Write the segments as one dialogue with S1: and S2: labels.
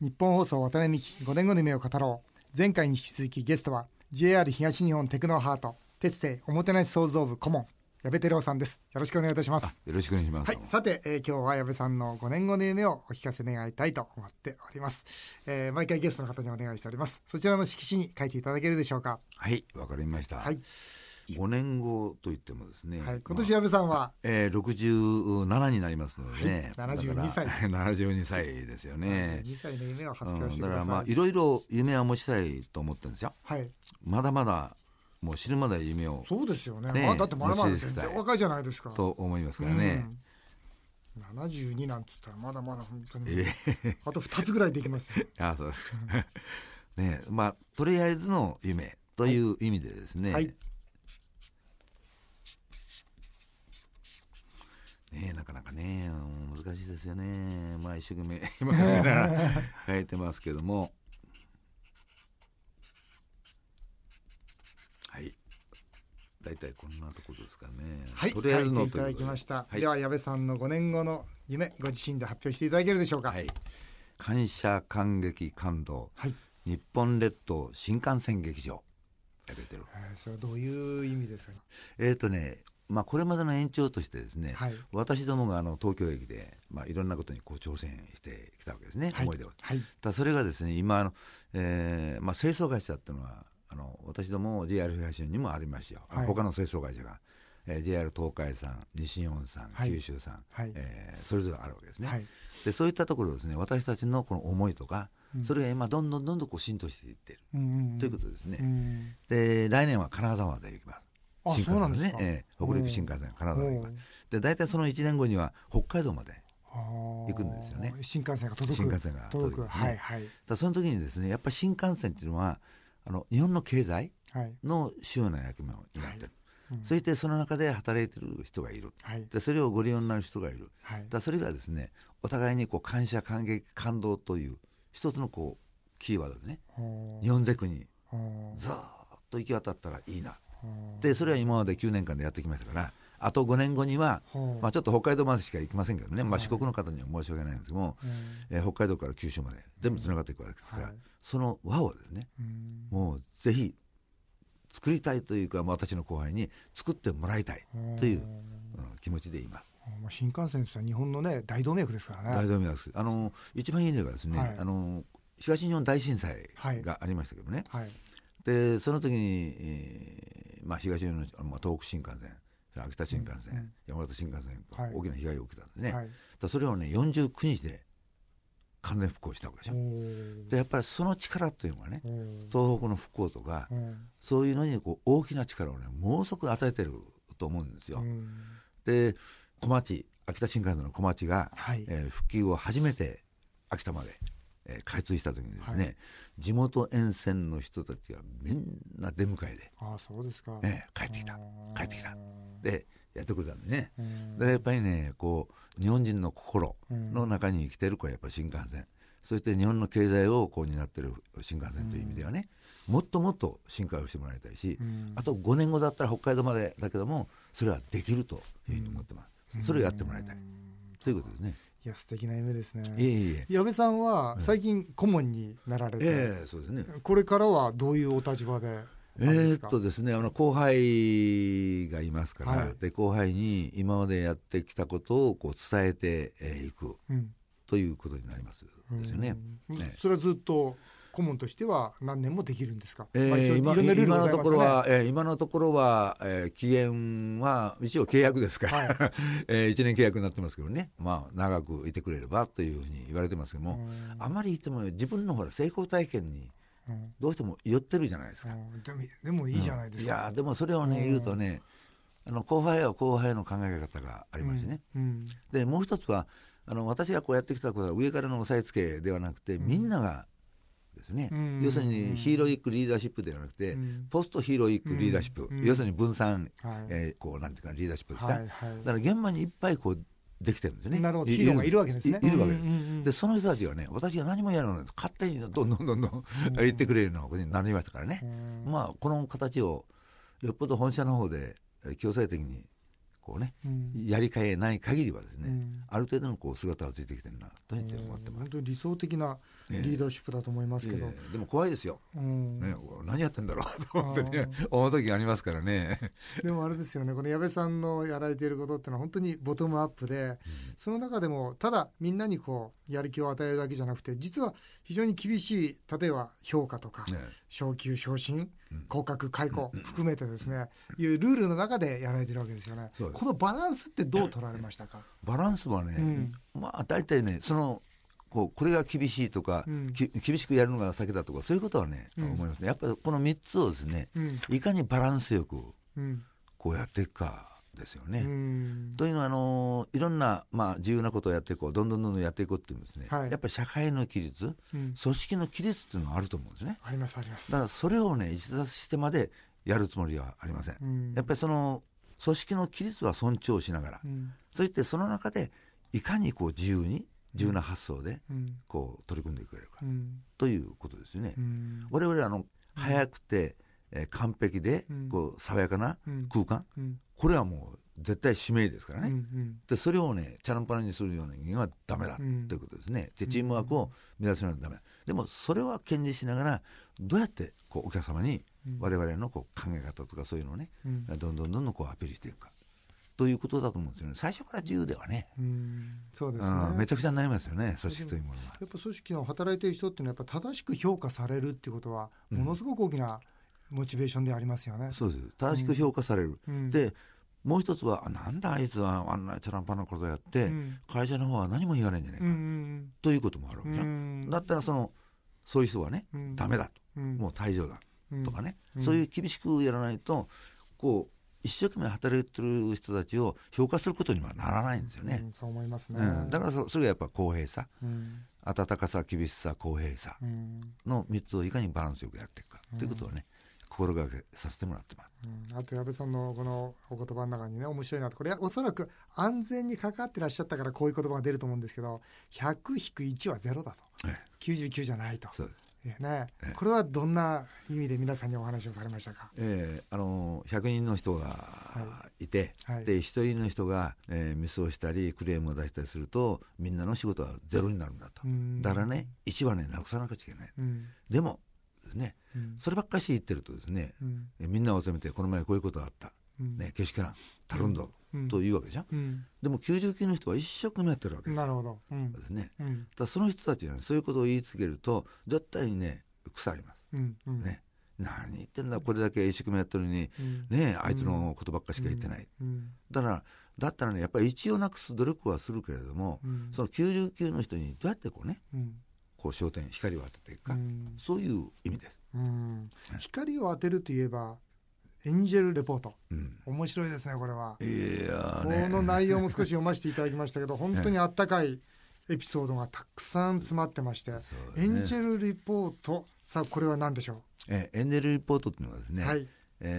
S1: 日本放送渡辺美希5年後の夢を語ろう前回に引き続きゲストは JR 東日本テクノハート鉄製おもてなし創造部顧問矢部哲郎さんですよろしくお願いいたします
S2: よろしくお願いします。
S1: はい、さて、えー今日は矢部さんの5年後の夢をお聞かせ願いたいと思っております、えー毎回ゲストの方にお願いしておりますそちらの色紙に書いていただけるでしょうか
S2: はい、わかりました。
S1: はい、
S2: 5年後といってもですね、
S1: はい、今年
S2: まあ
S1: 矢部さんは
S2: えー、67になりますのでね、
S1: はい72歳
S2: だから72歳ですよね。
S1: 2歳の夢を発
S2: うん
S1: 表して
S2: だ
S1: くだ
S2: からま
S1: さ
S2: あ
S1: い、
S2: いろいろ夢は持ちたいと思ってるんですよ。
S1: はい
S2: まだまだもう死ぬまで夢を
S1: そうですよね
S2: ねえ
S1: まあ、だってまだまだ全
S2: 60
S1: 然
S2: 歳
S1: 若いじゃないですか
S2: と思いますからね。
S1: うん、72なんて言ったらまだまだ本当に
S2: ええ
S1: あと2つぐらいできます よ
S2: あそうですか。ねまあとりあえずの夢という意味でですね、
S1: はい
S2: ねえなかなかねうん難しいですよねまあ一生懸命 今から書いてますけどもはい大体こんなとこですかね
S1: はい
S2: と
S1: 書い
S2: りあえずの
S1: ていただきました、
S2: という
S1: で
S2: こと
S1: は矢部さんの5年後の夢ご自身で発表していただけるでしょうか
S2: はい、はい、感謝感激感動
S1: はい
S2: 日本列島新幹線劇場やべてる
S1: えーそれはどういう意味ですかね
S2: えっ、とねまあこれまでの延長としてですね、
S1: はい
S2: 私どもがあの東京駅で、まあ、いろんなことにこう挑戦してきたわけですね、
S1: はい
S2: 思い出を。
S1: はい
S2: ただそれがですね今あの、えーまあ、清掃会社っていうのはあの私ども JR 東日本にもありますよ、あの
S1: はい
S2: 他の清掃会社が、えー JR 東海さん西日本さん、
S1: はい
S2: 九州さん、
S1: はい
S2: えーそれぞれあるわけですね、
S1: はい
S2: でそういったところをですね私たちのこの思いとか、
S1: うん
S2: それが今どんどんどんどんこう浸透していってる、ということですね、
S1: うん
S2: で来年は金沢まで行きます
S1: あ
S2: 新幹
S1: そうなん
S2: 線
S1: です
S2: ね
S1: か、
S2: ええ北陸新幹線金沢まで行きま
S1: おう
S2: すで大体その1年後には北海道まで
S1: 行
S2: 行くんですよね
S1: 新幹線が届く
S2: 新幹線が
S1: 届
S2: 届
S1: く
S2: く
S1: はい
S2: ね
S1: はい
S2: だその時にですねやっぱり新幹線っていうのはあの日本の経済
S1: はい
S2: の主要な役目を担ってる、
S1: うん
S2: そしてその中で働いてる人がいる
S1: はい
S2: でそれをご利用になる人がいる
S1: はい
S2: だそれがですねお互いにこう感謝感激感動という一つのこうキーワードでね
S1: ほう
S2: 日本全国に
S1: ほう
S2: ずーっと行き渡ったらいいな
S1: ほう
S2: でそれは今まで9年間でやってきましたからあと5年後には、
S1: ほう
S2: まあ、ちょっと北海道までしか行きませんけどね、まあ、四国の方には申し訳ないんですけども、
S1: うん
S2: えー北海道から九州まで全部つながっていくわけですから、
S1: はい
S2: その輪をですね
S1: うん
S2: もうぜひ作りたいというか、まあ、私の後輩に作ってもらいたいという、うん気持ちで今
S1: まあ新幹線ですよ日本のね大動脈ですから
S2: 大
S1: ね。
S2: 丈夫なんですあの一番いいのがですね、
S1: はい
S2: あの東日本大震災がありましたけどね、
S1: はい。
S2: でその時に、えーまあ、東日本のあのまあ東北新幹線秋田新幹線、山形新幹線、
S1: はい
S2: 大きな被害を受けたんですね、
S1: はい。
S2: だそれをね49日で完全復興したわけでし
S1: お
S2: ょ、
S1: ー
S2: でやっぱりその力というのがね
S1: おー
S2: 東北の復興とか、
S1: うん
S2: そういうのにこう大きな力をねものすごく与えてると思うんですよ、
S1: うん
S2: で小町秋田新幹線の小町が、
S1: はい
S2: えー復旧を初めて秋田まで、えー開通した時にですね、
S1: は
S2: 地元沿線の人たちがみんな出迎えで
S1: ああそうですか。
S2: ね、帰ってきた帰ってきたでやってくれたんでね
S1: うん
S2: だからやっぱりねこう日本人の心の中に生きてる子はやっぱり新幹線そして日本の経済をこう担ってる新幹線という意味ではねもっともっと進化をしてもらいたいしあと5年後だったら北海道までだけどもそれはできるというふうに思ってますそれをやってもらいたいということですね
S1: いや素敵な夢ですね。
S2: いえいえ
S1: 矢部さんは最近顧問になられ
S2: え
S1: て、
S2: ええそうですね
S1: これからはどういうお立場でなん
S2: え
S1: です
S2: ー
S1: か。
S2: っとですねあの後輩がいますから、
S1: はい
S2: で後輩に今までやってきたことをこう伝えてえーいく
S1: うん
S2: ということになりますですよね。
S1: うん
S2: ね
S1: それはずっと顧問としては何年もできるんですか。
S2: えー
S1: まあ一応
S2: 今
S1: いろんなルール
S2: 今
S1: ご
S2: の
S1: ざい
S2: と
S1: ます
S2: こ
S1: よね
S2: ろは、えー今のところは、えー期限は一応契約ですから、 え1年契約になってますけどね、まあ、長くいてくれればというふうに言われてますけども、あまりいても自分のほら成功体験に
S1: うん
S2: どうしても寄ってるじゃないですか。
S1: うんでもでもいいじゃないです
S2: い
S1: か。
S2: やでもそれをね言うとねあの後輩は後輩の考え方がありましてね、
S1: うん
S2: でもう一つはあの私がこうやってきたことは上からの押さえつけではなくて、みんながですね、
S1: うん
S2: 要するにヒーロイックリーダーシップではなくて、
S1: うん
S2: ポストヒーロイックリーダーシップ、
S1: うん
S2: 要するに分散、
S1: はい
S2: えーこうなんていうかリーダーシップですか、
S1: はいはい。
S2: だから現場にいっぱいこうできてるんですよね。
S1: なるほどヒーローがいるわけですね
S2: いいるわけです
S1: うんうんうん
S2: でその人たちはね私が何もやらないと勝手にどんどんどんどん 言ってくれるようなことになりましたからね。まあこの形をよっぽど本社の方でえー強制的にこうね、
S1: うん
S2: やりかえない限りはですね、
S1: うん
S2: ある程度のこう姿はついてきてるなというふうに思ってます。
S1: 本当に理想的なリーダーシップだと思いますけど、
S2: いやでも怖いですよ、
S1: うん
S2: ね、何やってんだろうと思ってね思う時がありますか らね
S1: でもあれですよねこの矢部さんのやられていることってのは本当にボトムアップで、その中でもただみんなにこうやる気を与えるだけじゃなくて実は非常に厳しい例えば評価とか、
S2: ね
S1: 昇給昇進降格解雇含めてですね、いうルールの中でやられてるわけですよね
S2: そうです
S1: このバランスってどう取られましたか、
S2: バランスはね、
S1: うん
S2: まあ大体ねそのこうこれが厳しいとか、
S1: うん
S2: き厳しくやるのが先だとかそういうことはね、
S1: うん
S2: 思いますねやっぱりこの3つをですね
S1: うん
S2: いかにバランスよく
S1: うん
S2: こうやっていくかですよね。
S1: うん
S2: というのはあのいろんな、まあ、自由なことをやっていこうどんどんどんどんやっていこうっていうんですね、
S1: はい
S2: やっぱり社会の規律
S1: うん
S2: 組織の規律っていうのはあると思うんですね
S1: ありますあります
S2: だからそれをね逸脱してまでやるつもりはありません、
S1: うん
S2: やっぱりその組織の規律は尊重しながら、
S1: うん
S2: そしてその中でいかにこう自由に自由な発想で
S1: うん
S2: こう取り組んでいくれるか、
S1: うん
S2: ということですよね、
S1: うん
S2: 我々はあの早くて、えー完璧で、
S1: うん
S2: こう爽やかな
S1: うん
S2: 空間、
S1: うん
S2: これはもう絶対使命ですから
S1: う
S2: ね、
S1: ん
S2: でそれをねチャランパラにするような人間はダメだと
S1: うん
S2: いうことですね、でチームワークを目指すのはダメでもそれは堅持しながらどうやってこうお客様に
S1: うん
S2: 我々のこう考え方とかそういうのをね、
S1: うん
S2: どんどんどんどんこうアピールしていくかということだと思うんですよね最初から自由ではね
S1: うんそうですね
S2: うんめちゃくちゃになりますよね組織というものは。
S1: やっぱ組織の働いてる人っていうのはやっぱ正しく評価されるっていうことは
S2: うん
S1: ものすごく大きなモチベーションでありますよね。
S2: そうです正しく評価される、
S1: うん
S2: でもう一つはあなんだあいつはあんなチャランパラなことやって、
S1: うん
S2: 会社の方は何も言わないんじゃないか、
S1: うん
S2: ということもあるわ
S1: う
S2: け
S1: ん
S2: じゃん、
S1: うん
S2: だったらそのそういう人はね、
S1: うん
S2: ダメだと
S1: うん
S2: もう退場だ
S1: うん
S2: とかね、
S1: うん
S2: そういう厳しくやらないとこう一生懸命働いてる人たちを評価することにはならないんですよ
S1: う
S2: ね、
S1: んそう思います
S2: う
S1: ね。
S2: んだからそそれがやっぱ公平さ
S1: うん
S2: 温かさ厳しさ公平さ
S1: うん
S2: の3つをいかにバランスよくやっていくか、ということをね心がけさせてもらってます。
S1: うんあと矢部さんのこのお言葉の中にね面白いなとこれおそらく安全に関わってらっしゃったからこういう言葉が出ると思うんですけど100-1は0だと
S2: ええ
S1: 99じゃないと。
S2: そうです
S1: ええね
S2: ええ
S1: これはどんな意味で皆さんにお話をされましたか
S2: ええあの100人の人がいて、
S1: はい
S2: で1人の人が、えーミスをしたりクレームを出したりするとみんなの仕事はゼロになるんだと
S1: うん
S2: だからね1はねなくさなきゃいけない
S1: うん
S2: でもね
S1: うん
S2: そればっかし言ってるとですね
S1: うん
S2: えみんなを責めてこの前こういうことがあった、
S1: うん
S2: ね、けしからんたるんど
S1: うん
S2: というわけじゃん、
S1: うん
S2: でも99の人は一生懸命やってるわけです
S1: な
S2: よ
S1: るほど。うん
S2: ですね
S1: うん
S2: だからその人たちはねそういうことを言いつけると絶対にね腐ります
S1: うんうん
S2: ね何言ってんだこれだけ一生懸命やってるのに
S1: うん
S2: ねあいつのことばっかしか言ってない、
S1: うん
S2: だからだったらねやっぱり一をなくす努力はするけれども、
S1: うん
S2: その99の人にどうやってこうね
S1: うん
S2: こう焦点光を当てていく
S1: う
S2: か、
S1: ん
S2: そういう意味です。
S1: うん光を当てるといえばエンジェルレポート
S2: うん、
S1: 面白いですねこれはい
S2: やー
S1: こ
S2: ね
S1: の内容も少し読ませていただきましたけ ど本当にあったかいエピソードがたくさん詰まってまして
S2: そう
S1: エ
S2: ですね
S1: ンジェルレポートさあこれは何でしょ
S2: えエンジェルリポートっていうのはです
S1: う
S2: ね、
S1: はい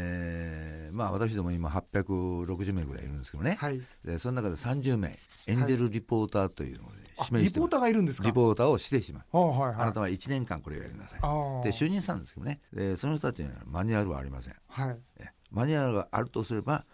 S2: えーまあ、私ども今860名ぐらいいるんですけどね、
S1: はい
S2: でその中で30名エンジェルリポーターというのをね、
S1: あ
S2: 指名
S1: リ
S2: して
S1: ポー
S2: ます
S1: ターがいるんですか
S2: リポーターを指定します、
S1: はいはい
S2: あ
S1: は
S2: ないたは1年間これをやりなさい
S1: あー
S2: で就任したんですけどね、えーその人たちにはマニュアルはありません
S1: はい
S2: えマニュアルがあるとすれば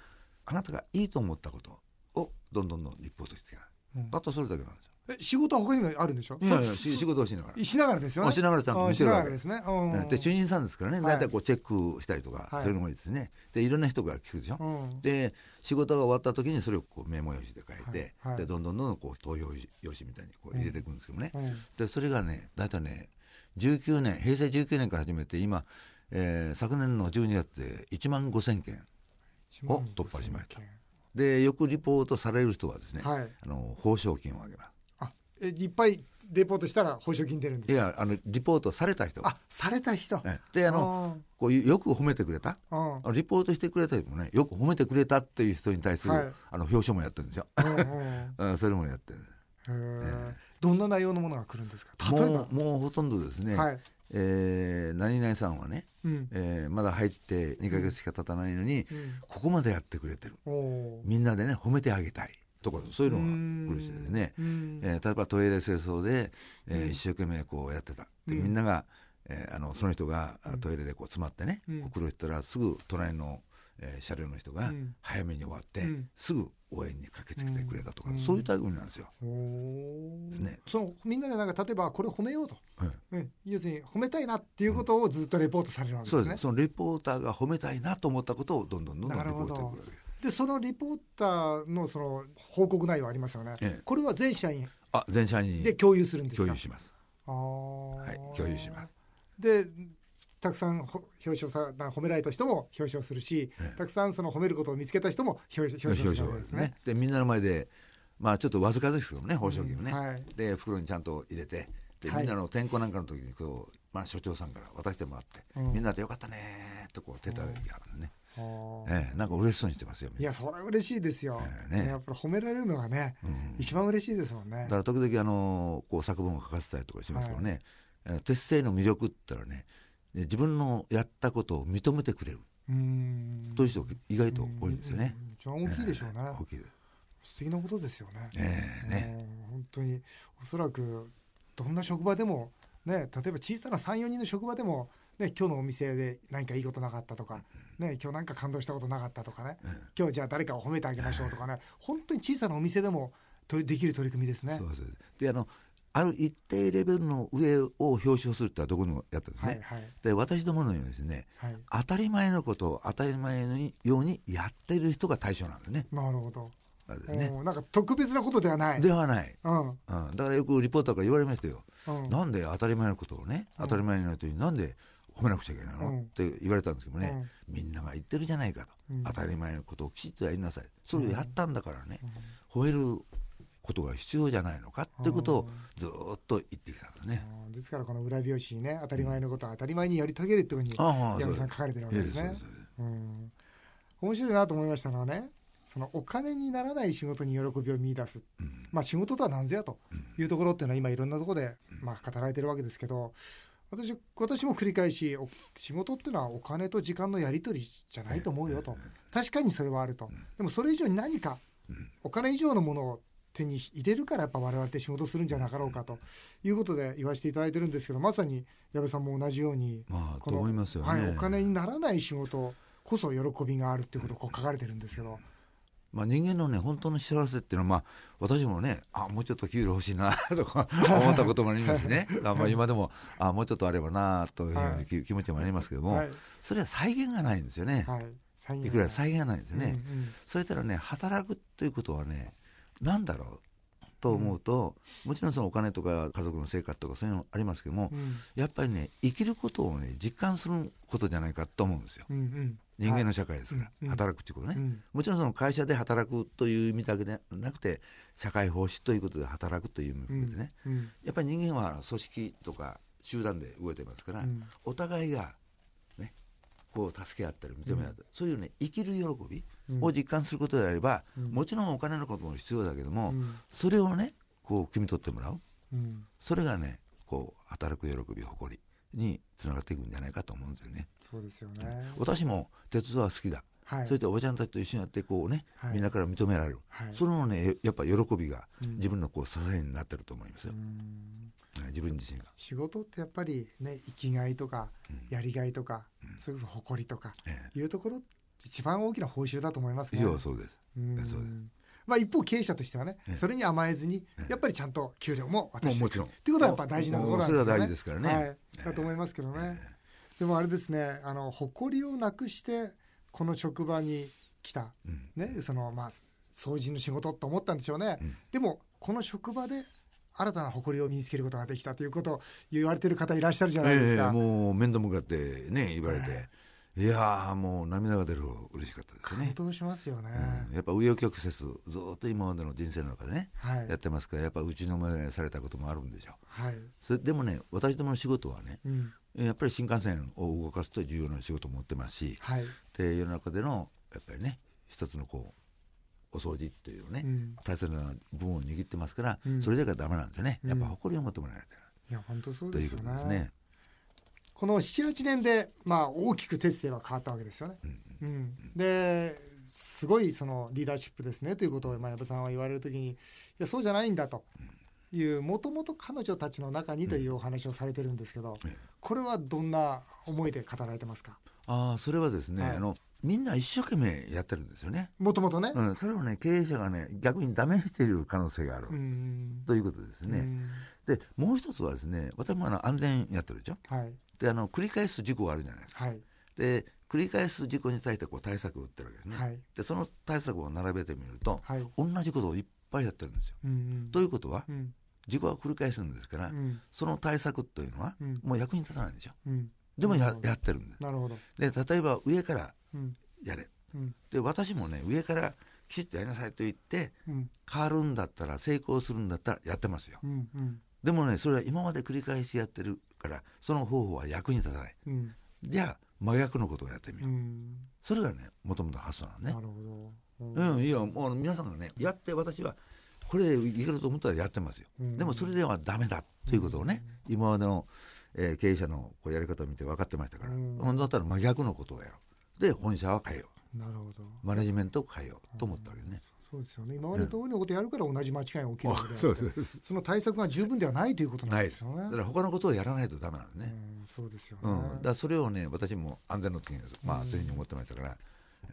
S2: あなたがいいと思ったことをどんどんどんリポートしていけない、
S1: うん
S2: だとそれだけなんですよ
S1: え仕事は他にもあるんでしょ
S2: いやいや
S1: そ
S2: し仕事をしながら、
S1: しながらですよね
S2: あしながらちゃんと
S1: あ
S2: 見
S1: して
S2: る
S1: なが
S2: わ
S1: ら
S2: け
S1: で
S2: です
S1: ねうん
S2: えで就任したんですからね
S1: はい
S2: 大体こうチェックしたりとか、
S1: はい
S2: そういうのもいいですねでいろんな人が聞くでしょ、
S1: うん
S2: で仕事が終わった時にそれをこうメモ用紙で書いて、
S1: はいはい
S2: でどんどんどんどんこう投票用紙みたいにこう入れていくんですけどね、
S1: うん
S2: でそれがね大体ね19年平成19年から始めて今、えー昨年の12月で1万5,000件
S1: 1万
S2: を突破しました
S1: 5000
S2: でよくリポートされる人はですね、
S1: 件はい
S2: あの報奨金をあげま
S1: あえいっぱいレポートしたら報奨金出るんです
S2: すい
S1: か
S2: やあのリポートされた人
S1: あされた人
S2: ええであの
S1: うん
S2: こういうよく褒めてくれた
S1: うんうん
S2: あのリポートしてくれた人もねよく褒めてくれたっていう人に対する、
S1: はい
S2: あの表彰もやってるんですよ、
S1: うん
S2: うん、それもやってる
S1: へーどんな内容のものが来るんですか例えば
S2: もうもうほとんどですね、
S1: はい
S2: えー何々さんはね、
S1: うん
S2: えーまだ入って2ヶ月しか経たないのに、
S1: ん
S2: ここまでやってくれてる
S1: おお
S2: みんなでね褒めてあげたいとかそういうのが嬉しいですね、
S1: うーん
S2: えー例えばトイレ清掃で、えー一生懸命こうやってたでみんなが、えーあのその人があトイレでこう詰まってね、
S1: うん
S2: こう苦労したらすぐ隣のえー車両の人が
S1: うん
S2: 早めに終わって、
S1: うん
S2: すぐ応援に駆けつけてくれたとか、
S1: うん
S2: そういった運なんですよ。
S1: おー
S2: ね
S1: そのみんなでなんか例えばこれ褒めようと、
S2: うん
S1: うん、要するに褒めたいなっていうことをずっとレポートされるわけ
S2: そ
S1: で
S2: う
S1: す
S2: で
S1: ね
S2: す。そのレポーターが褒めたいなと思ったことをどんどんどんどん
S1: な
S2: レ
S1: る
S2: ポ
S1: ほ
S2: ー
S1: ど
S2: トしていくわけ
S1: でそのリポーターのその報告内容ありますよね、
S2: ええ
S1: これは全社員
S2: あ全社員
S1: で共有するんですか
S2: 共有します。
S1: あは
S2: はい共有します
S1: でたくさんほ表彰さな褒められた人も表彰するし、
S2: ええ
S1: たくさんその褒めることを見つけた人も表表彰するわけですね。
S2: でみんなの前でまあちょっとわずかですけどもね報奨金をね、
S1: うんはい
S2: で袋にちゃんと入れてで
S1: はい
S2: みんなの転校なんかの時にこう、まあ、所長さんから渡してもらって、
S1: うん
S2: みんなで「よかったね」ってこう手たやるね、
S1: あー
S2: ええなんか嬉しそうにしてますよみ
S1: い
S2: んな
S1: やそれは嬉しいですよ、
S2: ええね
S1: やっぱり褒められるのがね、
S2: うん
S1: 一番嬉しいですもんね
S2: だ。から時々あのこう作文を書かせたりとかしますけどね、えー鉄製の魅力って言ったらねえー自分のやったことを認めてくれる
S1: うん
S2: という人が意外と多いんですよね。
S1: うん。一番大きいでしょうね。
S2: 大きいです
S1: 素敵なことですよね。
S2: ええね、
S1: うん本当におそらくどんな職場でも、ね、例えば小さな34人の職場でも、ね、今日のお店で何かいいことなかったとか、ね、今日何か感動したことなかったとかね、今日じゃあ誰かを褒めてあげましょうとかね本当に小さなお店でもとできる取り組みですね
S2: そう。ですそうですであのある一定レベルの上を表彰するってのはどこにもやったんですね、
S1: はいはい
S2: で私どものようにですね
S1: はい、
S2: 当たり前のことを当たり前のようにやってる人が対象なんですね。
S1: なるほど、
S2: なんですね
S1: うんなんか特別なことではない。
S2: ではない、
S1: うんうん
S2: うん、だからよくリポーターから言われましたよ、
S1: うん
S2: なんで当たり前のことをね当たり前のことになんで褒めなくちゃいけないの、
S1: うん
S2: って言われたんですけどね、みんなが言ってるじゃないかと、
S1: うん
S2: 当たり前のことをきちっとやりなさいそれをやったんだからね、褒めることが必要じゃないのかってことをずーっと言ってきたんですね。
S1: うんですからこの裏表紙にね当たり前のことは当たり前にやり遂げるっていうふうに
S2: ああ
S1: 矢
S2: そう
S1: 部
S2: で
S1: さん
S2: す
S1: 書かれてるわけです
S2: いやいや
S1: ね
S2: そうですそうで
S1: う
S2: す。
S1: ん面白いなと思いましたのはねそのお金にならない仕事に喜びを見出す、まあ仕事とは何ぞやというところっていうのは今いろんなところでまあ語られてるわけですけど私私も繰り返しお仕事っていうのはお金と時間のやり取りじゃないと思うよと確かにそれはあるとでもそれ以上に何かお金以上のものを手に入れるからやっぱ我々って仕事するんじゃなかろうかということで言わせていただいてるんですけどまさに矢部さんも同じように
S2: まあ
S1: ことの
S2: 思いますよね。
S1: はい、お金にならない仕事こそ喜びがあるっていうことをこう書かれてるんですけど、
S2: まあ、人間のね本当の幸せっていうのは、まあ、私もねあもうちょっと給料欲しいな とか思ったこともありますしねあ、まあ、今でもあもうちょっとあればなというよう
S1: は
S2: ない気気持ちもありますけども、
S1: はい、
S2: それは際限がないんですよね、
S1: はい、再
S2: い、くら際限がないんですよね、
S1: うんうん
S2: そしたらね働くということはねなんだろうと思うと、もちろんそのお金とか家族の生活とかそういうのもありますけども、
S1: うん
S2: やっぱりね生きることをね実感することじゃないかと思うんですよ
S1: うんうん
S2: 人間の社会ですから、
S1: はいうん
S2: 働くっていうことね、
S1: うん
S2: もちろんその会社で働くという意味だけでなくて社会奉仕ということで働くという意味でね、
S1: うん
S2: やっぱり人間は組織とか集団で動いてますから、
S1: うん
S2: お互いが、ね、こう助け合ったり認め合ったり、そういうね生きる喜びを実感することであれば、もちろんお金のことも必要だけども、
S1: うん
S2: それをねこう汲み取ってもらう
S1: うん
S2: それがねこう働く喜び誇りにつながっていくんじゃないかと思うんですよね。
S1: そうですよね、
S2: 私も鉄道は好きだ、
S1: はい
S2: それでおばちゃんたちと一緒になってこうね、
S1: はい
S2: みんなから認められる、
S1: はい
S2: そのねやっぱ喜びが自分のこう支えになってると思いますよ、
S1: うん
S2: はい自分自身が、
S1: 仕事ってやっぱりね生きがいとかやりがいとか、それこそ誇りとか
S2: え
S1: いうところ一番大きな報酬だと思います
S2: え
S1: ね。
S2: 以上はそうです、
S1: うん
S2: そうです
S1: まあ一方経営者としてはね、
S2: ええ
S1: それに甘えずに、
S2: ええ
S1: やっぱりちゃんと給料も渡
S2: もう
S1: してい
S2: も
S1: く
S2: ちろん
S1: ってことはやっぱ大事なところなん
S2: もうそれは大事ですからね
S1: はい
S2: え、え
S1: だと思いますけどね。でもあれですね、あの誇りをなくしてこの職場に来た、
S2: うん
S1: ね、そのまあ掃除の仕事と思ったんでしょうね。
S2: うん
S1: でもこの職場で新たな誇りを身につけることができたということを言われてる方いらっしゃるじゃないで
S2: え
S1: す
S2: え
S1: か。
S2: もう面と向かってね言われて、いやーもう涙が出るほど嬉しかったです
S1: 感
S2: ね、
S1: 動しますよね。
S2: うんやっぱ紆余曲折ずーっと今までの人生の中でね、
S1: はい
S2: やってますからやっぱ打ちのめされたこともあるんでしょう
S1: はい。
S2: それでもね私どもの仕事はね、
S1: うん。
S2: やっぱり新幹線を動かすという重要な仕事を持ってますし、
S1: はい。
S2: で世の中でのやっぱりね一つのこうお掃除っていうね、
S1: うん
S2: 大切な部分を握ってますから、
S1: ん
S2: それだけはダメなんですよね、やっぱ
S1: うん
S2: 誇りを持ってもらえない
S1: いや本当そう
S2: と
S1: で
S2: いう
S1: す
S2: こ
S1: よ
S2: とです
S1: ね
S2: ね。
S1: この78年で、まあ、大きく鉄星は変わったわけですよね。うんですごいそのリーダーシップですねということをまあ矢部さんは言われるときにいやそうじゃないんだというもともと彼女たちの中にというお話をされてるんですけど、
S2: ええ
S1: これはどんな思いで語られてますか、
S2: ああそれはですね、
S1: はい
S2: あのみんな一生懸命やってるんですよね。
S1: もともとね。
S2: うん、それをね経営者がね逆にダメにしている可能性がある、
S1: うん
S2: ということです
S1: う
S2: ね。
S1: ん
S2: でもう一つはですね私もあの安全やってるでしょ
S1: はい
S2: であの繰り返す事故があるじゃないですか。
S1: はい
S2: で繰り返す事故に対してこう対策を打ってるわけですね。
S1: はい
S2: でその対策を並べてみると
S1: はい。
S2: 同じことをいっぱいやってるんですよ。
S1: うん
S2: ということは
S1: うん
S2: 事故は繰り返すんですから、
S1: うん
S2: その対策というのは
S1: うん
S2: もう役に立たないでしょ。
S1: うん
S2: でも
S1: なる
S2: や
S1: ほど
S2: やってるんです。
S1: なるほど。
S2: で例えば上から
S1: うん
S2: やれ
S1: うん
S2: で私もね上からきちっとやりなさいと言って
S1: うん
S2: 変わるんだったら成功するんだったらやってますよ
S1: うんうん
S2: でもねそれは今まで繰り返しやってるからその方法は役に立たない
S1: うん
S2: じゃあ真逆のことをやってみよ
S1: う
S2: う、
S1: ん
S2: それがねもともと発想な
S1: な
S2: のね
S1: るほど。
S2: う。んいやもう皆さんがねやって私はこれでいけると思ったらやってますよ、
S1: うん
S2: でもそれではダメだということをね、今までの、えー経営者のこうやり方を見て分かってましたから、
S1: うん
S2: ほん、だったら真逆のことをやろうで本社は変えよ
S1: なるほど。
S2: うマネジメントを変えようと思ったわけね、
S1: そうですよね。今まで通りのことやるから同じ間違いが起きるのであって、
S2: そうそう
S1: その対策が十分ではないということなん
S2: ない
S1: で
S2: ですす。
S1: よ
S2: だか
S1: ね。
S2: ら他のことをやらないとダメなんです
S1: う
S2: ね。
S1: ん、そうですよね。
S2: うん。だからそれをね、私も安全の時に、まあ、そういうふうに思ってましたから、えー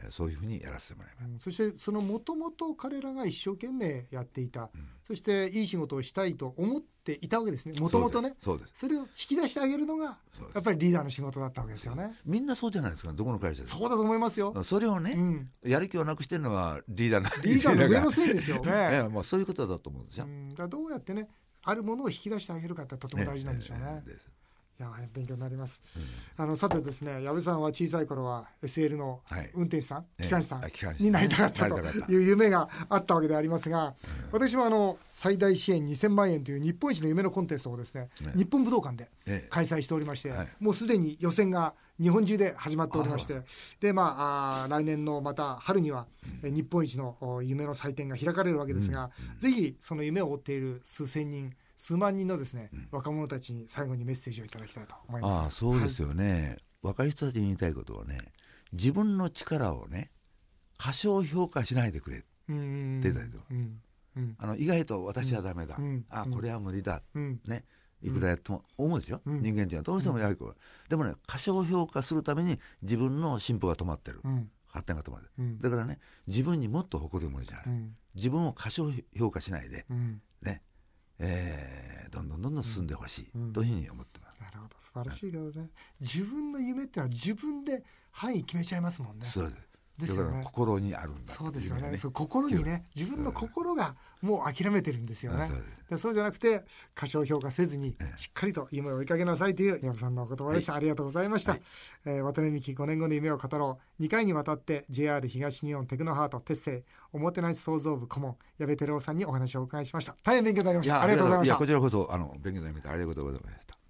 S2: そういうふうにやらせてもらいま
S1: うんそしてそのもともと彼らが一生懸命やっていた、そしていい仕事をしたいと思っていたわけですねも
S2: す。
S1: ともとね
S2: そうで
S1: そ
S2: す。
S1: れを引き出してあげるのが
S2: そうです
S1: やっぱりリーダーの仕事だったわけですよね
S2: みんなそうじゃないですか、どこの会社で
S1: そう
S2: も
S1: だと思いますよ、
S2: それを
S1: う
S2: ね、
S1: ん、
S2: やる気をなくしてるのはリーダーな
S1: リーダーの上の
S2: が
S1: せいですよ
S2: え
S1: ね、
S2: えまあそういうことだと思うんです
S1: う
S2: よ。
S1: ん、だからどうやってねあるものを引き出してあげるかってとても大事なんでしょうね、
S2: ええええです
S1: いやー勉強になります、あのさてですね矢部さんは小さい頃は SL の
S2: はい
S1: 運転手さん、
S2: ええ
S1: 機関士さん
S2: あ機関士
S1: になりたかった
S2: な
S1: と
S2: りたかった
S1: いう夢があったわけでありますが、私もあの最大支援2000万円という日本一の夢のコンテストをですね、
S2: ええ
S1: 日本武道館で
S2: ええ
S1: 開催しておりまして、
S2: はい
S1: もうすでに予選が日本中で始まっておりましてでまああー来年のまた春には、え日本一のお夢の祭典が開かれるわけですが、ぜひその夢を追っている数千人数万人のですね、若者たちに最後にメッセージをいただきたいと思います。
S2: ああ、そうですよね。若い人たちに言いたいことはね、自分の力をね、過小評価しないでくれ。
S1: うん
S2: 出たりとか
S1: うんうん
S2: あの意外と私はダメだ、
S1: うん
S2: あ
S1: うん
S2: これは無理だ、
S1: うん
S2: ねいくらやっても思うでしょ、
S1: うん
S2: 人間っていうのはどうしてもやはりこうでもね過小評価するために自分の進歩が止まってる、
S1: うん
S2: 発展が止まってる、
S1: うん
S2: だからね自分にもっと誇るものじゃない、
S1: うん
S2: 自分を過小評価しないで
S1: うん
S2: ね、えーどんどんどんどん進んでほしい、
S1: うん
S2: というふうに思ってます、
S1: なるほど素晴らしいですね自分の夢ってのは自分で範囲決めちゃいますもんね
S2: そう
S1: で
S2: で
S1: すす
S2: だ
S1: よ
S2: か
S1: ね
S2: ら心にあるんだ
S1: そうですよ
S2: ってい
S1: ね
S2: のが
S1: そう心にね自分の心がもう諦めてるんですよ
S2: う
S1: ね
S2: んそうです
S1: でそうじゃなくて過小評価せずに
S2: ええ
S1: しっかりと夢を追いかけなさいという山さんのお言葉でした、ありがとうございました、
S2: はい
S1: えー渡辺美希5年後の夢を語ろう2回にわたって JR 東日本テクノハート鉄製おもてなし創造部顧問矢部照夫さんにお話をお伺いしました大変勉強になりま
S2: い
S1: した
S2: や
S1: ありがとうございまし
S2: や
S1: た
S2: こちらこそあの勉強になりましたありがとうございました